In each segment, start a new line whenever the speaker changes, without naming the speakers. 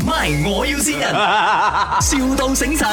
My，我要先人，, 笑到醒神。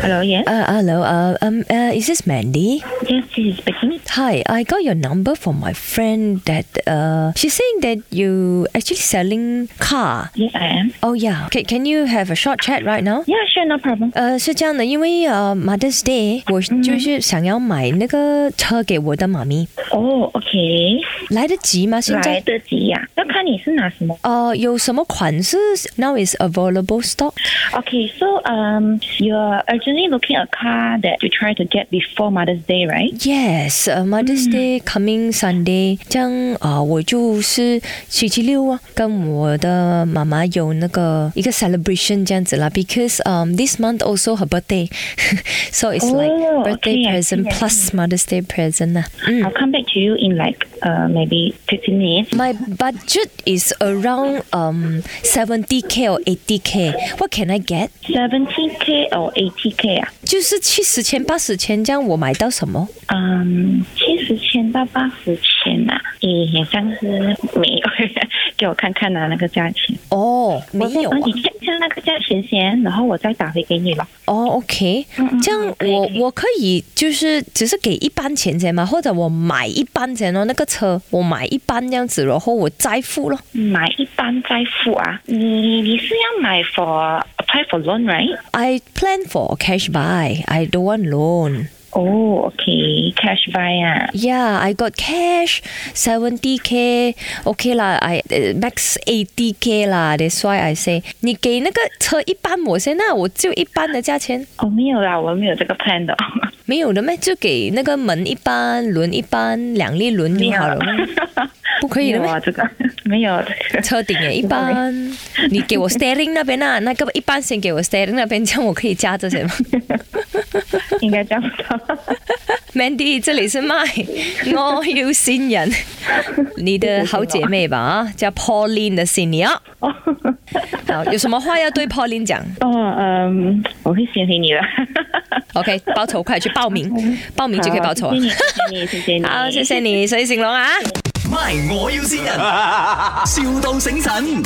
Hello, yes.
Uh, hello. Uh, um, uh, is this Mandy?
Yes, this is speaking.
Hi, I got your number from my friend. That uh, she's saying that you actually selling car.
Yes, I am.
Oh yeah. Okay, can you have a short chat right now?
Yeah, sure, no problem.
呃，是这样的，因为呃，Mother's Day，我就是想要买那个车给我的妈咪，
哦、o k
来得及吗？现
来
在？
得及呀、要看你是拿什么。
呃，Uh, 有什么款式 now is available stock？
Okay, so um, you're originally looking at a car that you try to get before Mother's Day, right?
Yes, uh, Mother's
Mm.
Day coming Sunday，这样啊、呃我就是星期六啊，跟我的妈妈有那个一个 celebration 这样子啦。Because um this month also her birthday, so it's like
Oh,
birthday
okay, I see,
present
I
plus Mother's Day present 啊。嗯
I'll come back to you in like uh, maybe 15 minutes.
My budget is around um 70k or 80k. What can I get？
70k or 80k 啊？
就是七十千、八十千这样，我买到什么？
嗯，七十千到八十千呐、啊，咦，也像 是没有。给我看看啊，那个价钱。
哦，没有
我再
啊
帮。你 check 一下那个价钱先，然后我再打回给你了。
哦、o k 这样
可以
我
可以
我可以就是只是给一半钱钱嘛，或者我买一半钱哦，那个车我买一半这样子，然后我再付咯。
买一般再付啊，你你是要买 for apply for loan right？
I plan for cash buy. I don't want loan.
哦、o k c a s h buy 啊，
Yeah, I got cash, seventy k. OK 啦，I、呃 max eighty k 啦。That's why I say 你给那个车一半我先，那我就一半的价钱，
哦、没有啦，我没有这个 plan 的，
没有的咩？就给那个门一半，轮一半，两粒轮就好了咩，不可以
没
的
有
咩？
啊，这个没有这个。
车顶 也一般，你给我 steering 那边啊，那个一般先给我 steering 那边，这样我可以加 这些吗
应该这样不到。
？Mandy，这里是 麦，我要新人，你的好姐妹吧啊，叫 Pauline 的 senior，
哦，
好，有什么话要 对 Pauline 讲
哦，嗯，我会先回你了。
？OK，报仇快去报名，报名就可以报仇啊
好！ 谢谢你，谢谢你，
好，谢谢你，水醒龙啊！
My，我要先人，,笑到醒神。